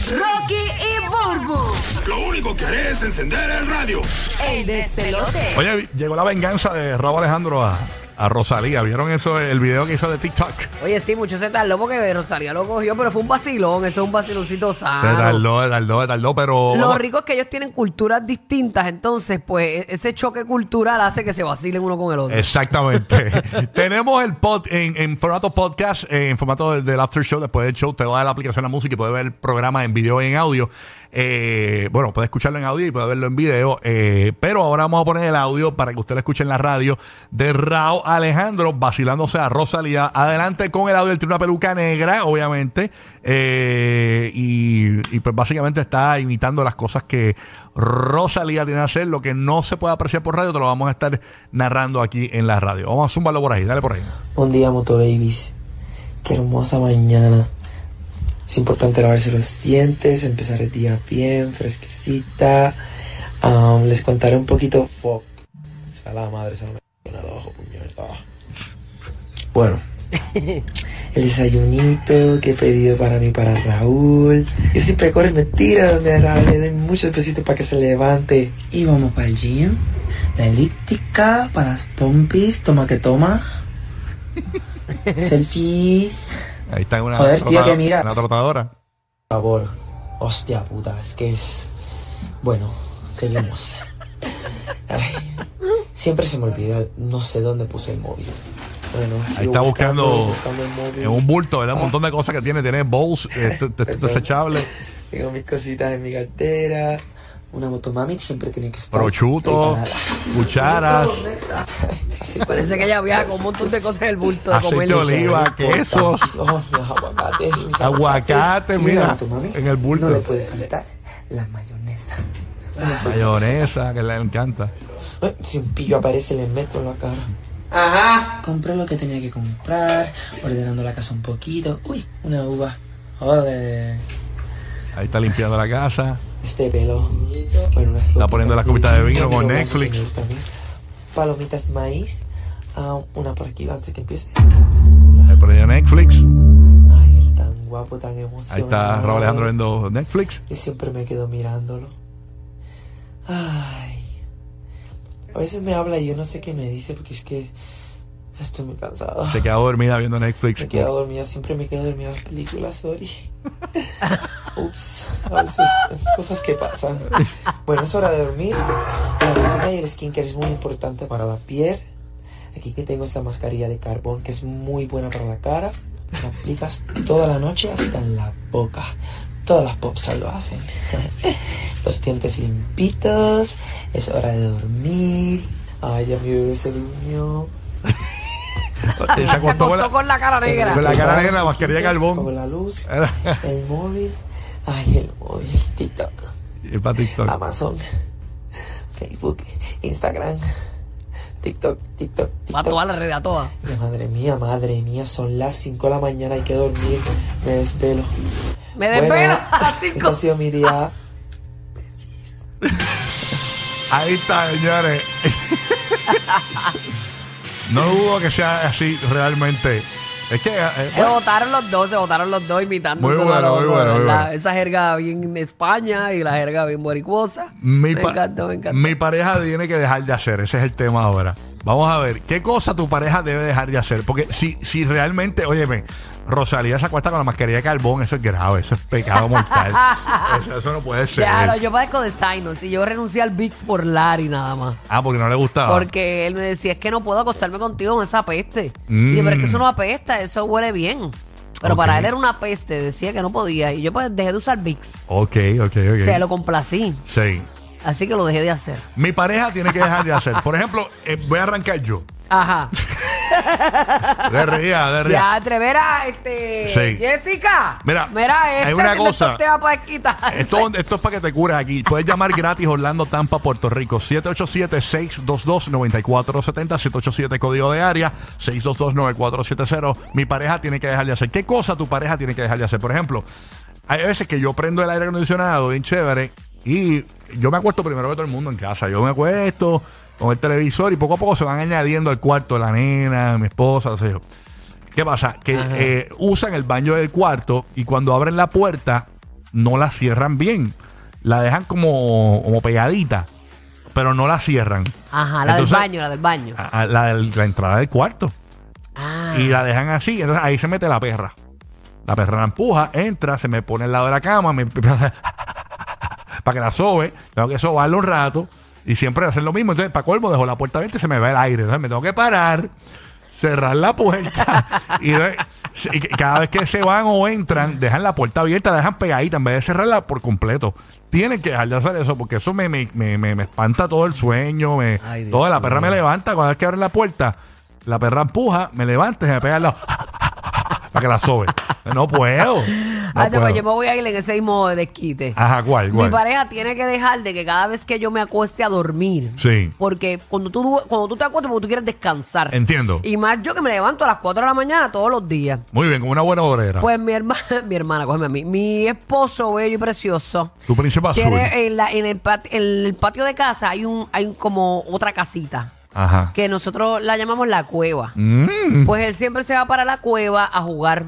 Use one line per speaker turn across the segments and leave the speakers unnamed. Rocky y Burbu.
Lo único que haré es encender el radio.
El despelote.
Oye, vi- llegó la venganza de Robo Alejandro a, a Rosalía. ¿Vieron eso? El video que hizo de TikTok.
Oye, sí, mucho se tardó porque Rosalía lo cogió, pero fue un vacilón, eso es un vaciloncito sano.
Se tardó, se tardó, se tardó, pero.
Ah, Lo
vamos-
rico es que ellos tienen culturas distintas, entonces, pues, ese choque cultural hace que se vacilen uno con el otro.
Exactamente. Tenemos el pod en, en formato podcast, eh, en formato de- del after show. Después del show, te va a la aplicación la música y puedes ver el programa en video y en audio. Eh, bueno, puedes escucharlo en audio y puedes verlo en video. eh, pero ahora vamos a poner el audio para que usted lo escuche en la radio de Rao Alejandro vacilándose a Rosalía. Adelante con el audio. Él tiene una peluca negra, obviamente. eh, y, y pues básicamente está imitando las cosas que Rosalía tiene que hacer. Lo que no se puede apreciar por radio, te lo vamos a estar narrando aquí en la radio. Vamos a zumbarlo por ahí. Dale por ahí.
Buen día, Moto Babies. Qué hermosa mañana. Es importante lavarse los dientes, empezar el día bien, fresquecita. Am, les contaré un poquito. Fuck. A la madre, se me pone abajo, puñeta. Bueno, el desayunito que he pedido para mí, para Raúl. Yo siempre corro mentiras donde a Raúl le doy muchos besitos para que se levante.
Y vamos para el gym. La elíptica, para las pompis, toma que toma. Selfies.
Ahí está una,
Joder, tío, que mira.
una trotadora.
Por favor. Hostia puta, es que es. Bueno, seguimos. Ay, siempre se me olvida, no sé dónde puse el móvil. Bueno,
Ahí
sigo
está buscando,
buscando el móvil.
en un bulto, ¿verdad? Un
Ah.
montón de cosas que tiene. Tiene bowls, eh, t- t- desechables.
Tengo mis cositas en mi cartera. Una motomami siempre tiene que estar.
Prochutos,
preparada.
cucharas,
Así para
Parece que ella viaja con un montón de cosas en el bulto de
Aceite
comer.
de oliva, quesos.
Oh, los aguacates. mis
Aguacate,
aguacates. Y
mira,
una motomami,
en el bulto. Ah,
No le puede faltar la mayonesa. Una
mayonesa, que le encanta.
Ay, Sin pillo aparece, le meto en la cara.
Compré lo que tenía que comprar. Ordenando la casa un poquito. Uy, una uva. Joder.
Ahí está limpiando la casa.
Este pelo. Bueno, unas
Está poniendo las copitas de vino con
Pero bueno,
Netflix.
que me gusta a mí. Palomitas maíz. Ah, una por aquí antes que empiece.
Ahí prendió Netflix.
Ay, es tan guapo, tan emocionado.
Ahí está Raúl Alejandro viendo Netflix.
Yo siempre me quedo mirándolo. Ay. A veces me habla y yo no sé qué me dice porque es que estoy muy cansado.
Se quedó dormida viendo Netflix.
Me quedo dormida, siempre me quedo dormida en las películas, sorry. Ups, a veces cosas que pasan. Bueno, es hora de dormir. La rutina y el skincare es muy importante para la piel. Aquí que tengo esta mascarilla de carbón que es muy buena para la cara. La aplicas toda la noche hasta en la boca. Todas las popsas lo hacen. Los dientes limpitos. Es hora de dormir. Ay, ya mi bebé se durmió.
Se
Se acostó con la, cara negra.
Con la cara negra, la mascarilla de
Con
carbón.
la luz.
Era-
El móvil. Ay, el móvil. TikTok.
Y para TikTok.
Amazon. Facebook. Instagram. TikTok, TikTok,
Va a
TikTok.
toda la red, a toda.
Madre mía, madre mía. Son las 5 de la mañana. Hay que dormir. Me despelo.
Me despelo a las
este
cinco.
ha sido mi día.
Ahí está, señores. No dudo que sea así realmente. Es que. eh,
Se votaron los dos, se votaron los dos imitando
Muy bueno, muy bueno, muy bueno.
Esa jerga bien de España y la jerga bien boricuosa.
Mi,
me
pa-
encanta, me encanta.
mi pareja tiene que dejar de hacer, ese es el tema ahora. Vamos a ver, ¿qué cosa tu pareja debe dejar de hacer? Porque si, si realmente, óyeme, Rosalía se acuesta con la mascarilla de carbón, eso es grave, eso es pecado mortal. eso, eso no puede ser.
Claro, yo padezco de sinus y yo renuncié al VIX por Larry nada más.
Ah, porque no le gustaba.
Porque él me decía, es que no puedo acostarme contigo con esa peste.
Mm.
Y yo, pero es que eso no apesta, eso huele bien. Pero
Ok.
para él era una peste, decía que no podía. Y yo pues dejé de usar VIX.
Ok, ok, ok.
O sea, lo complací.
Sí.
Así que lo dejé de hacer.
Mi pareja tiene que dejar de hacer. Por ejemplo, eh, voy a arrancar yo.
Ajá.
De ría, de ría.
Ya, atreverá, este.
Sí.
Jessica.
Mira,
Mira, este
hay una
haciendo
cosa.
estos temas para quitar.
Esto, esto es para que te cures aquí. Puedes llamar gratis Orlando Tampa, Puerto Rico. 787-622-9470. 787 código de área. 622-9470. Mi pareja tiene que dejar de hacer. ¿Qué cosa tu pareja tiene que dejar de hacer? Por ejemplo, hay veces que yo prendo el aire acondicionado bien chévere y yo me acuesto primero que todo el mundo en casa. Yo me acuesto con el televisor y poco a poco se van añadiendo al cuarto la nena, mi esposa, no sé yo. ¿Qué pasa? Que eh, usan el baño del cuarto y cuando abren la puerta no la cierran bien. La dejan como, como pegadita, pero no la cierran.
Ajá, la
Entonces, Ah.
del baño, la del baño.
a- a- la, del- la entrada del cuarto.
Ah,
Y la dejan así. Entonces ahí se mete la perra. La perra la empuja, entra, se me pone al lado de la cama, me empieza a- para que la sobe. Tengo que sobarlo un rato y siempre hacer lo mismo. Entonces, para colmo, dejo la puerta abierta y se me va el aire. Entonces, me tengo que parar, cerrar la puerta y, de- y que- cada vez que se van o entran, dejan la puerta abierta, la dejan pegadita en vez de cerrarla por completo. Tienen que dejar de hacer eso porque eso me, me, me- me- me espanta todo el sueño. Me,
Ay, Dios
toda la
mío.
perra me levanta cuando es que abre la puerta. La perra empuja, me levanta y se me pega al lado para que la sobe. No puedo. no
Ah, te-
puedo.
pues yo me voy a ir en ese mismo desquite.
Ajá, ¿cuál?
Mi
cuál?
pareja tiene que dejar de que cada vez que yo me acueste a dormir.
Sí.
Porque cuando tú, du- cuando tú te acuestas, porque tú quieres descansar.
Entiendo.
Y más yo que me levanto a las 4 de la mañana todos los días.
Muy bien, como una buena obrera.
Pues mi hermana, mi hermana, cógeme a mí. Mi esposo, bello y precioso.
tu príncipe azul.
Tiene eh, en, la- en el pat- en el patio de casa hay un, hay un- como otra casita
Ajá.
que nosotros la llamamos la cueva.
Mm.
Pues él siempre se va para la cueva a jugar.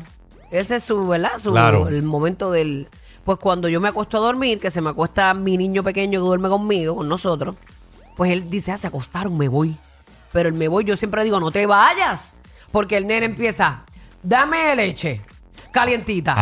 Ese es su, ¿verdad? Su,
Claro.
El momento del... Pues cuando yo me acuesto a dormir, que se me acuesta mi niño pequeño que duerme conmigo, con nosotros, pues él dice, ah, se acostaron, me voy. Pero el me voy, yo siempre digo, no te vayas. Porque el nene empieza, dame leche calientita.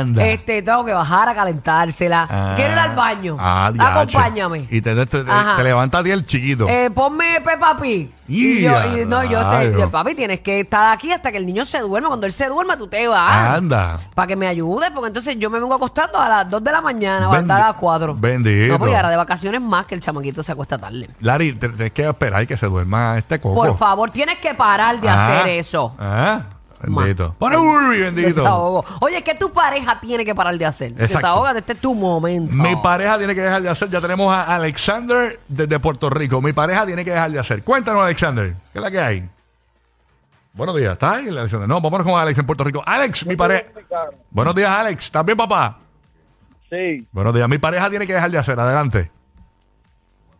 Anda.
Este, tengo que bajar a calentársela.
Ah.
Quiero ir al baño.
Ah, diache.
Acompáñame.
Y te, te- te-
Ajá.
te levanta a ti el chiquito.
Eh, ponme Peppa Pig. Y
Ya,
yo, y no, yo te,
rayo.
yo, papi, tienes que estar aquí hasta que el niño se duerma. Cuando él se duerma, tú te vas.
Anda.
Para que me ayudes, porque entonces yo me vengo acostando a las 2 de la mañana, o a
Bendi-
andar a las 4.
Bendito.
No, pues y ahora de vacaciones más que el chamaquito se acuesta tarde.
Lari, te- tienes que esperar que se duerma este coco.
Por favor, tienes que parar de
Ah,
hacer eso.
Ah,
Ma.
bendito. Pone Burby, bendito.
Desahogo. Oye, que tu pareja tiene que parar de hacer.
Exacto.
Desahógate, este es tu momento.
Mi pareja tiene que dejar de hacer. Ya tenemos a Alexander desde Puerto Rico. Mi pareja tiene que dejar de hacer. Cuéntanos, Alexander. ¿Qué es la que hay? Buenos días. ¿Está ahí, Alexander? No, vámonos con Alex en Puerto Rico. Alex, mi pareja. Buenos días, Alex. ¿Estás bien, papá?
Sí,
Buenos días. Mi pareja tiene que dejar de hacer. Adelante.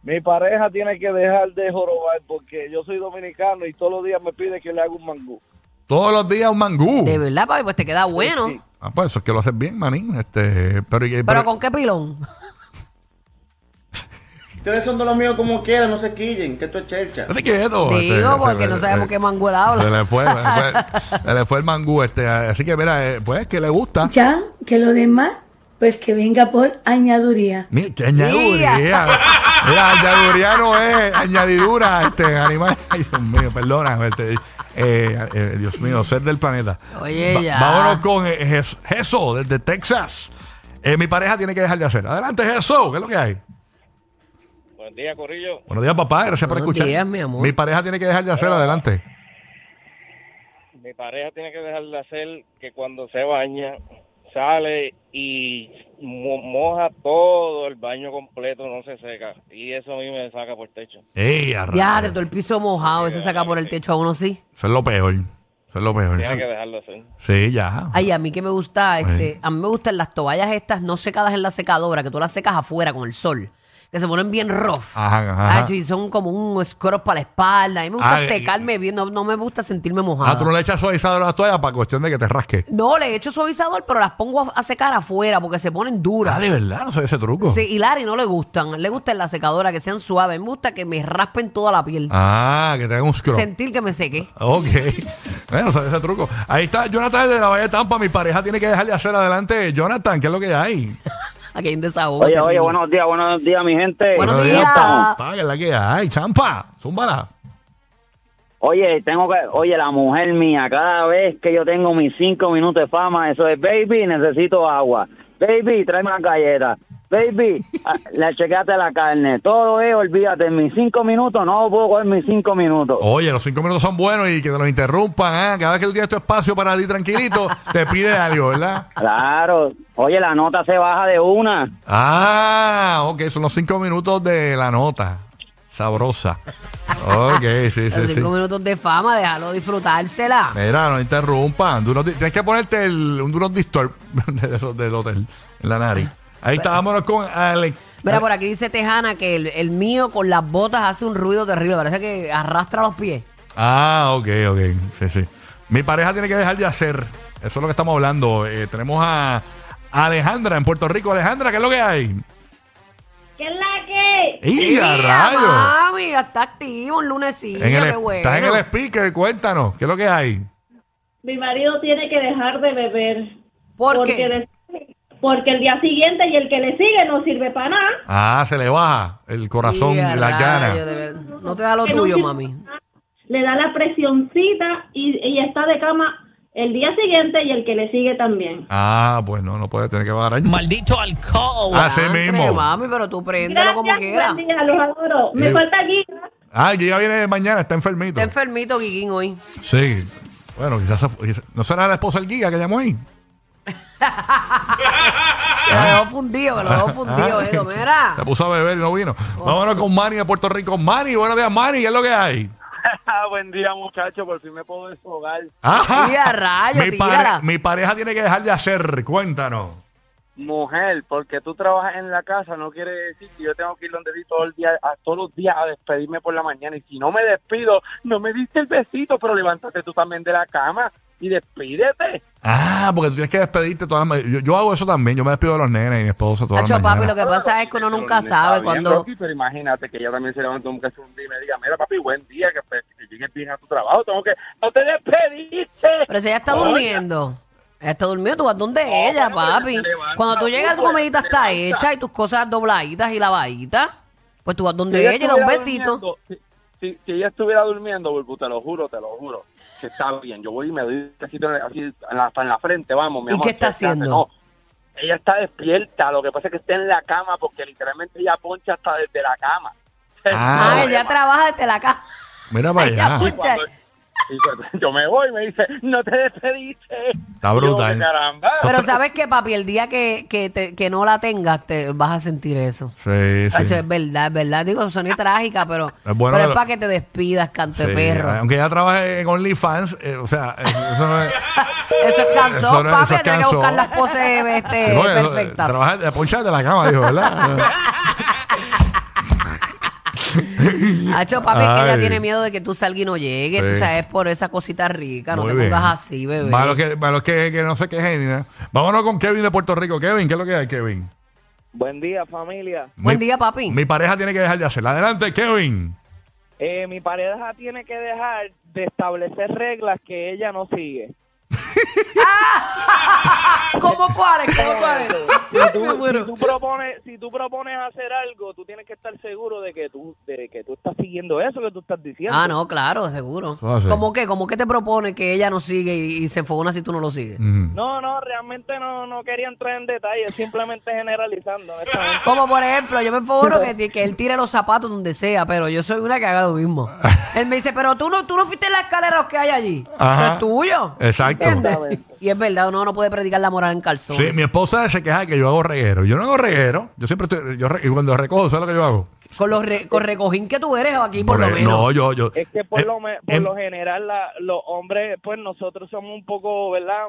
mi pareja tiene que dejar de jorobar porque yo soy dominicano y todos los días me pide que le haga un mangú.
Todos los días un mangú.
De verdad, papi, pues te queda bueno.
sí.
Ah, pues eso es que lo haces bien, manín. Este, pero, y-
Pero
pero-
con qué pilón.
Ustedes son de los míos como quieran, no se quillen, que esto es chercha.
Estate quieto. este,
Digo, porque no sabemos qué mangú él habla.
eh, Se le fue, se le fue, se le fue el mangú. Este, así que mira, eh, pues que le gusta.
Ya, que lo demás, pues que venga por añaduría.
Mira, qué añadiduría. Mira, añadiduría no es añadidura, este animal. Ay, Dios mío, perdona. este, eh, eh, Dios mío, ser del planeta.
Oye, ya.
Vámonos con eh, Jes- Jesús, desde Texas. Eh, mi pareja tiene que dejar de hacer. Adelante, Jesús, ¿qué es lo que hay?
Buen día, Corrillo.
Buenos días, papá. Gracias por
Buenos
escuchar.
días, mi amor.
pareja tiene que dejar de hacer. Adelante.
Mi pareja tiene que dejar de hacer que cuando se baña, sale y mo- moja todo el baño completo, no se seca. Y eso a mí me saca por techo.
Ey,
Ya,
a rayos.
todo el piso mojado, eso saca por el techo a uno sí.
Eso es lo peor. Eso es lo peor.
Tiene que dejarlo hacer.
Sí, ya.
Ay, a mí que me gusta,
Ay.
este, a mí me gustan las toallas estas no secadas en la secadora, que tú las secas afuera con el sol, que se ponen bien rough.
Ajá, Ah, ajá.
Ay, y son como un scrub para la espalda. A mí me gusta
Ay.
secarme bien, no, no me gusta sentirme mojada.
eh, Ah, tú no le echas suavizador a las toallas para cuestión de que te rasque.
No, le echo suavizador, pero las pongo a, a secar afuera porque se ponen duras.
Ah, de verdad, no sé ese truco.
Sí, y Lari no le gustan. Le gusta en la secadora, que sean suaves. Me gusta que me raspen toda la piel.
Ah, que te hagan un scrub.
Sentir que me seque.
Ok. Bueno, sabes ese truco. Ahí está Jonathan de la Valle de Tampa. Mi pareja tiene que dejar de hacer adelante. Jonathan, ¿qué es lo que hay?
Aquí hay un desahogo.
Oye, oye,
terrible.
buenos días, buenos días, mi gente.
Buenos
Buenos
días.
Tampa, ¿qué es la que hay? Champa, zúmbala.
Oye, tengo que, oye, la mujer mía, cada vez que yo tengo mis cinco minutos de fama, eso es, baby, necesito agua. Baby, tráeme una galleta. Baby, ah, le chequeaste la carne. Todo es, olvídate, en mis cinco minutos, no puedo coger mis cinco minutos.
Oye, los cinco minutos son buenos y que te los interrumpan. ¿ah? Cada vez que tú tienes tu espacio para ti tranquilito, te pide algo, ¿verdad?
Claro, oye, la nota se baja de una.
Ah, ok, son los cinco minutos de la nota. Sabrosa. Ok, sí,
Los
sí, sí.
cinco minutos de fama, déjalo disfrutársela.
Mira, no interrumpan. Do not di- Tienes que ponerte el, un Duros Disturb de esos del hotel en la nariz. Ahí está, vámonos con Alex.
Mira, por aquí dice Tejana que el, el mío con las botas hace un ruido terrible. Parece que arrastra los pies.
Ah, ok, ok. Sí, sí. Mi pareja tiene que dejar de hacer. Eso es lo que estamos hablando. Eh, tenemos a Alejandra, en Puerto Rico. Alejandra, ¿qué es lo que hay?
¿Qué es la que?
¡Y
Mira,
a rayos!
mami, ya está activo un lunesillo,
En el-
qué bueno.
Estás en el speaker, cuéntanos, ¿qué es lo que hay?
Mi marido tiene que dejar de beber.
¿Por
porque
qué?
des- porque el día siguiente y el que le sigue no sirve para nada.
Ah, se le baja el corazón
Y a
y las ganas.
rayos, de ver- No te da lo
Que no
tuyo,
sirve
mami.
para nada. Le da la presioncita y, y está de cama el día siguiente y el que le sigue también.
Ah, pues no, no puede tener que bajar. Maldito alcohol. Así
Diantre,
mismo.
Mami, pero tú préndelo
Gracias,
como quieras.
buen día, los adoro. Me
Eh.
falta aquí.
Ah, que ya viene mañana, está enfermito.
Está enfermito, Guiguín, hoy.
Sí. Bueno, quizás quizás- no será la esposa del Giga que llamó ahí. Ah.
Que Lo dejó fundido, que lo dejó fundido, Edo, mira. Oh.
Se puso a beber y no vino. Vámonos con Manny de Puerto Rico. Manny, buenos días, Manny, ¿qué es lo que hay?
Buen día, muchachos. Por fin me puedo desfogar.
Ajá.
Mira, rayos,
mi,
tírala.
pare- mi pareja tiene que dejar de hacer, cuéntanos.
Mujer, porque tú trabajas en la casa no quiere decir que yo tengo que ir donde ti todo el día, a, todos los días a despedirme por la mañana. Y si no me despido, no me diste el besito, pero levántate tú también de la cama y despídete.
Ah, porque tú tienes que despedirte todas las ma- yo, yo hago eso también, yo me despido de los nenes y mi esposo todas las
Hacho, papi, lo
mañanas.
que pasa es que uno
Pero
nunca
está
sabe
bien,
cuando...
Rocky, pero imagínate que ella también se levantó un caso un día y me diga, mira papi, buen día, que, pues, que llegues bien a tu trabajo. Tengo que... ¡No te despediste!
Pero si ella está
Oye,
durmiendo. Ella está durmiendo, tú vas donde ella,
bueno, pero
papi.
se levanta,
Cuando tú llegas, tu
tú,
comidita
se
está
levanta.
hecha y tus cosas dobladitas y lavaditas. Pues tú vas donde
Si
ella y le das un
estuviera
besito.
durmiendo, Si, si- si ella estuviera durmiendo, Burbu, te lo juro, te lo juro, que está bien. Yo voy y me doy un besito en la- así, en la- hasta en la frente, vamos, mi
¿Y
amor,
qué está
acércate.
haciendo?
No, ella está despierta, lo que pasa es que está en la cama porque literalmente ella poncha hasta desde la cama.
Ah.
Ah, ella trabaja desde la casa.
Mira para allá.
Y cuando- y cuando yo me voy y me dice, no te despediste.
Está brutal.
Yo, caramba.
Pero sabes que, papi, el día que, que, te- que no la tengas, te vas a sentir eso.
Sí, sí.
Hacho, es verdad, es verdad. Digo,
Ah.
soné trágica, pero,
Es bueno
pero
que-
es para que te despidas, canto de
Sí,
perro.
Aunque ella trabaje en OnlyFans, eh, o sea, eh, eso no es.
Eso es cansón,
Eso no es-
papi.
eso es
Tienes que buscar
cansón.
las poses este,
No, eso-
perfectas.
Trabajar de ponchar de la cama, dijo, ¿verdad?
Hacho, papi, es que ella
Ay.
tiene miedo de que tú salgas y no llegues.
Sí.
Tú sabes, por esa cosita rica. No
Muy
te
bien.
pongas así, bebé.
Malo que, malo que, que no sé qué genio. Vámonos con Kevin de Puerto Rico. Kevin, ¿qué es lo que hay, Kevin?
Buen día, familia.
Buen
Mi-
día, papi.
Mi pareja tiene que dejar de hacerla. Adelante, Kevin.
Eh, mi pareja tiene que dejar de establecer reglas que ella no sigue.
¿Cómo cuáles? ¿Cómo cuáles?
si, tú,
Me muero.
si tú propones, si tú propones hacer algo, tú tienes que estar seguro de que tú, de que tú estás siguiendo eso que tú estás diciendo.
Ah, no, claro, seguro.
Eso hace.
¿Cómo qué? ¿Cómo que te propone que ella no sigue y, y se enfogona si tú no lo sigues?
Mm.
No, no, realmente no, no quería entrar en detalles, simplemente generalizando. honestamente.
Como por ejemplo, yo me enfogono que, ti- que él tire los zapatos donde sea, pero yo soy una que haga lo mismo. Él me dice, pero tú no, tú no fuiste en la escalera que hay allí.
Ajá.
Eso es tuyo.
Exacto.
¿Entiendes? Y es verdad, uno no puede predicar la moral en calzón.
Sí, mi esposa se queja de que yo hago reguero. Yo no hago reguero. Yo siempre estoy. Yo re- y cuando recojo, ¿sabes lo que yo hago?
Con los re- con recojín que tú eres aquí, por, lo
Porque-
menos.
No, yo. yo
Es que por,
eh,
lo, me- por
em-
lo general la- los hombres, pues nosotros somos un poco, ¿verdad?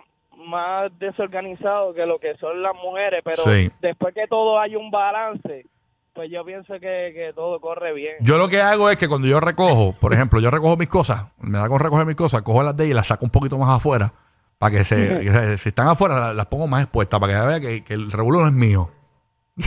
Más desorganizados que lo que son las mujeres, pero
Sí.
después que todo hay un balance, pues yo pienso que, que todo corre bien.
Yo lo que hago es que cuando yo recojo, por ejemplo, yo recojo mis cosas, me da con recoger mis cosas, cojo las de ella y las saco un poquito más afuera, para que se, que se- si están afuera, la- las, pongo más expuestas, para que ella vea que, que el revuelo no es mío.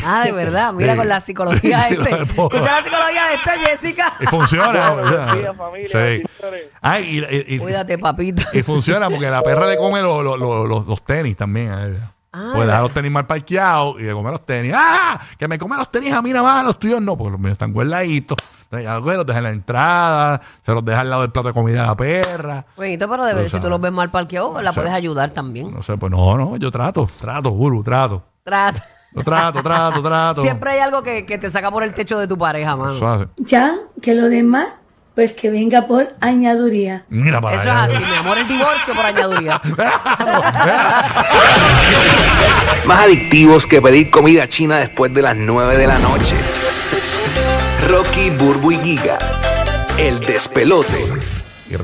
Ah, de verdad, mira
Sí.
con la psicología
Sí,
de este.
la de poco.
Escucha la psicología de esta, Jessica.
Y funciona.
Bueno,
o sea,
buen día, familia,
sí.
bendiciones.
Ay, y, y- y-
Cuídate, papito.
y funciona porque la perra le come lo- lo- lo- los- los tenis también a ella.
Ah.
Pues deja los tenis mal parqueados y le come los tenis. ¡Ah! Que me come los tenis a mí nada más, los tuyos no, porque los míos están guardaditos. Entonces, ya, güey, los deja en la entrada, se los deja al lado del plato de comida a la perra.
Benito, pero de ver, si tú
sabes.
los ves mal parqueados, pues, la
Sí.
puedes ayudar también.
No sé, pues no, no, yo trato, trato, Buru, trato.
Trata.
Yo trato, trato, trato.
Siempre hay algo que, que te saca por el techo de tu pareja, mano.
Eso hace.
Ya que lo demás, pues que venga por añaduría.
Mira para
Eso es
allá.
así, mi amor, el divorcio por añadidura.
Más adictivos que pedir comida china después de las 9 de la noche. Rocky, Burbu y Giga. El despelote.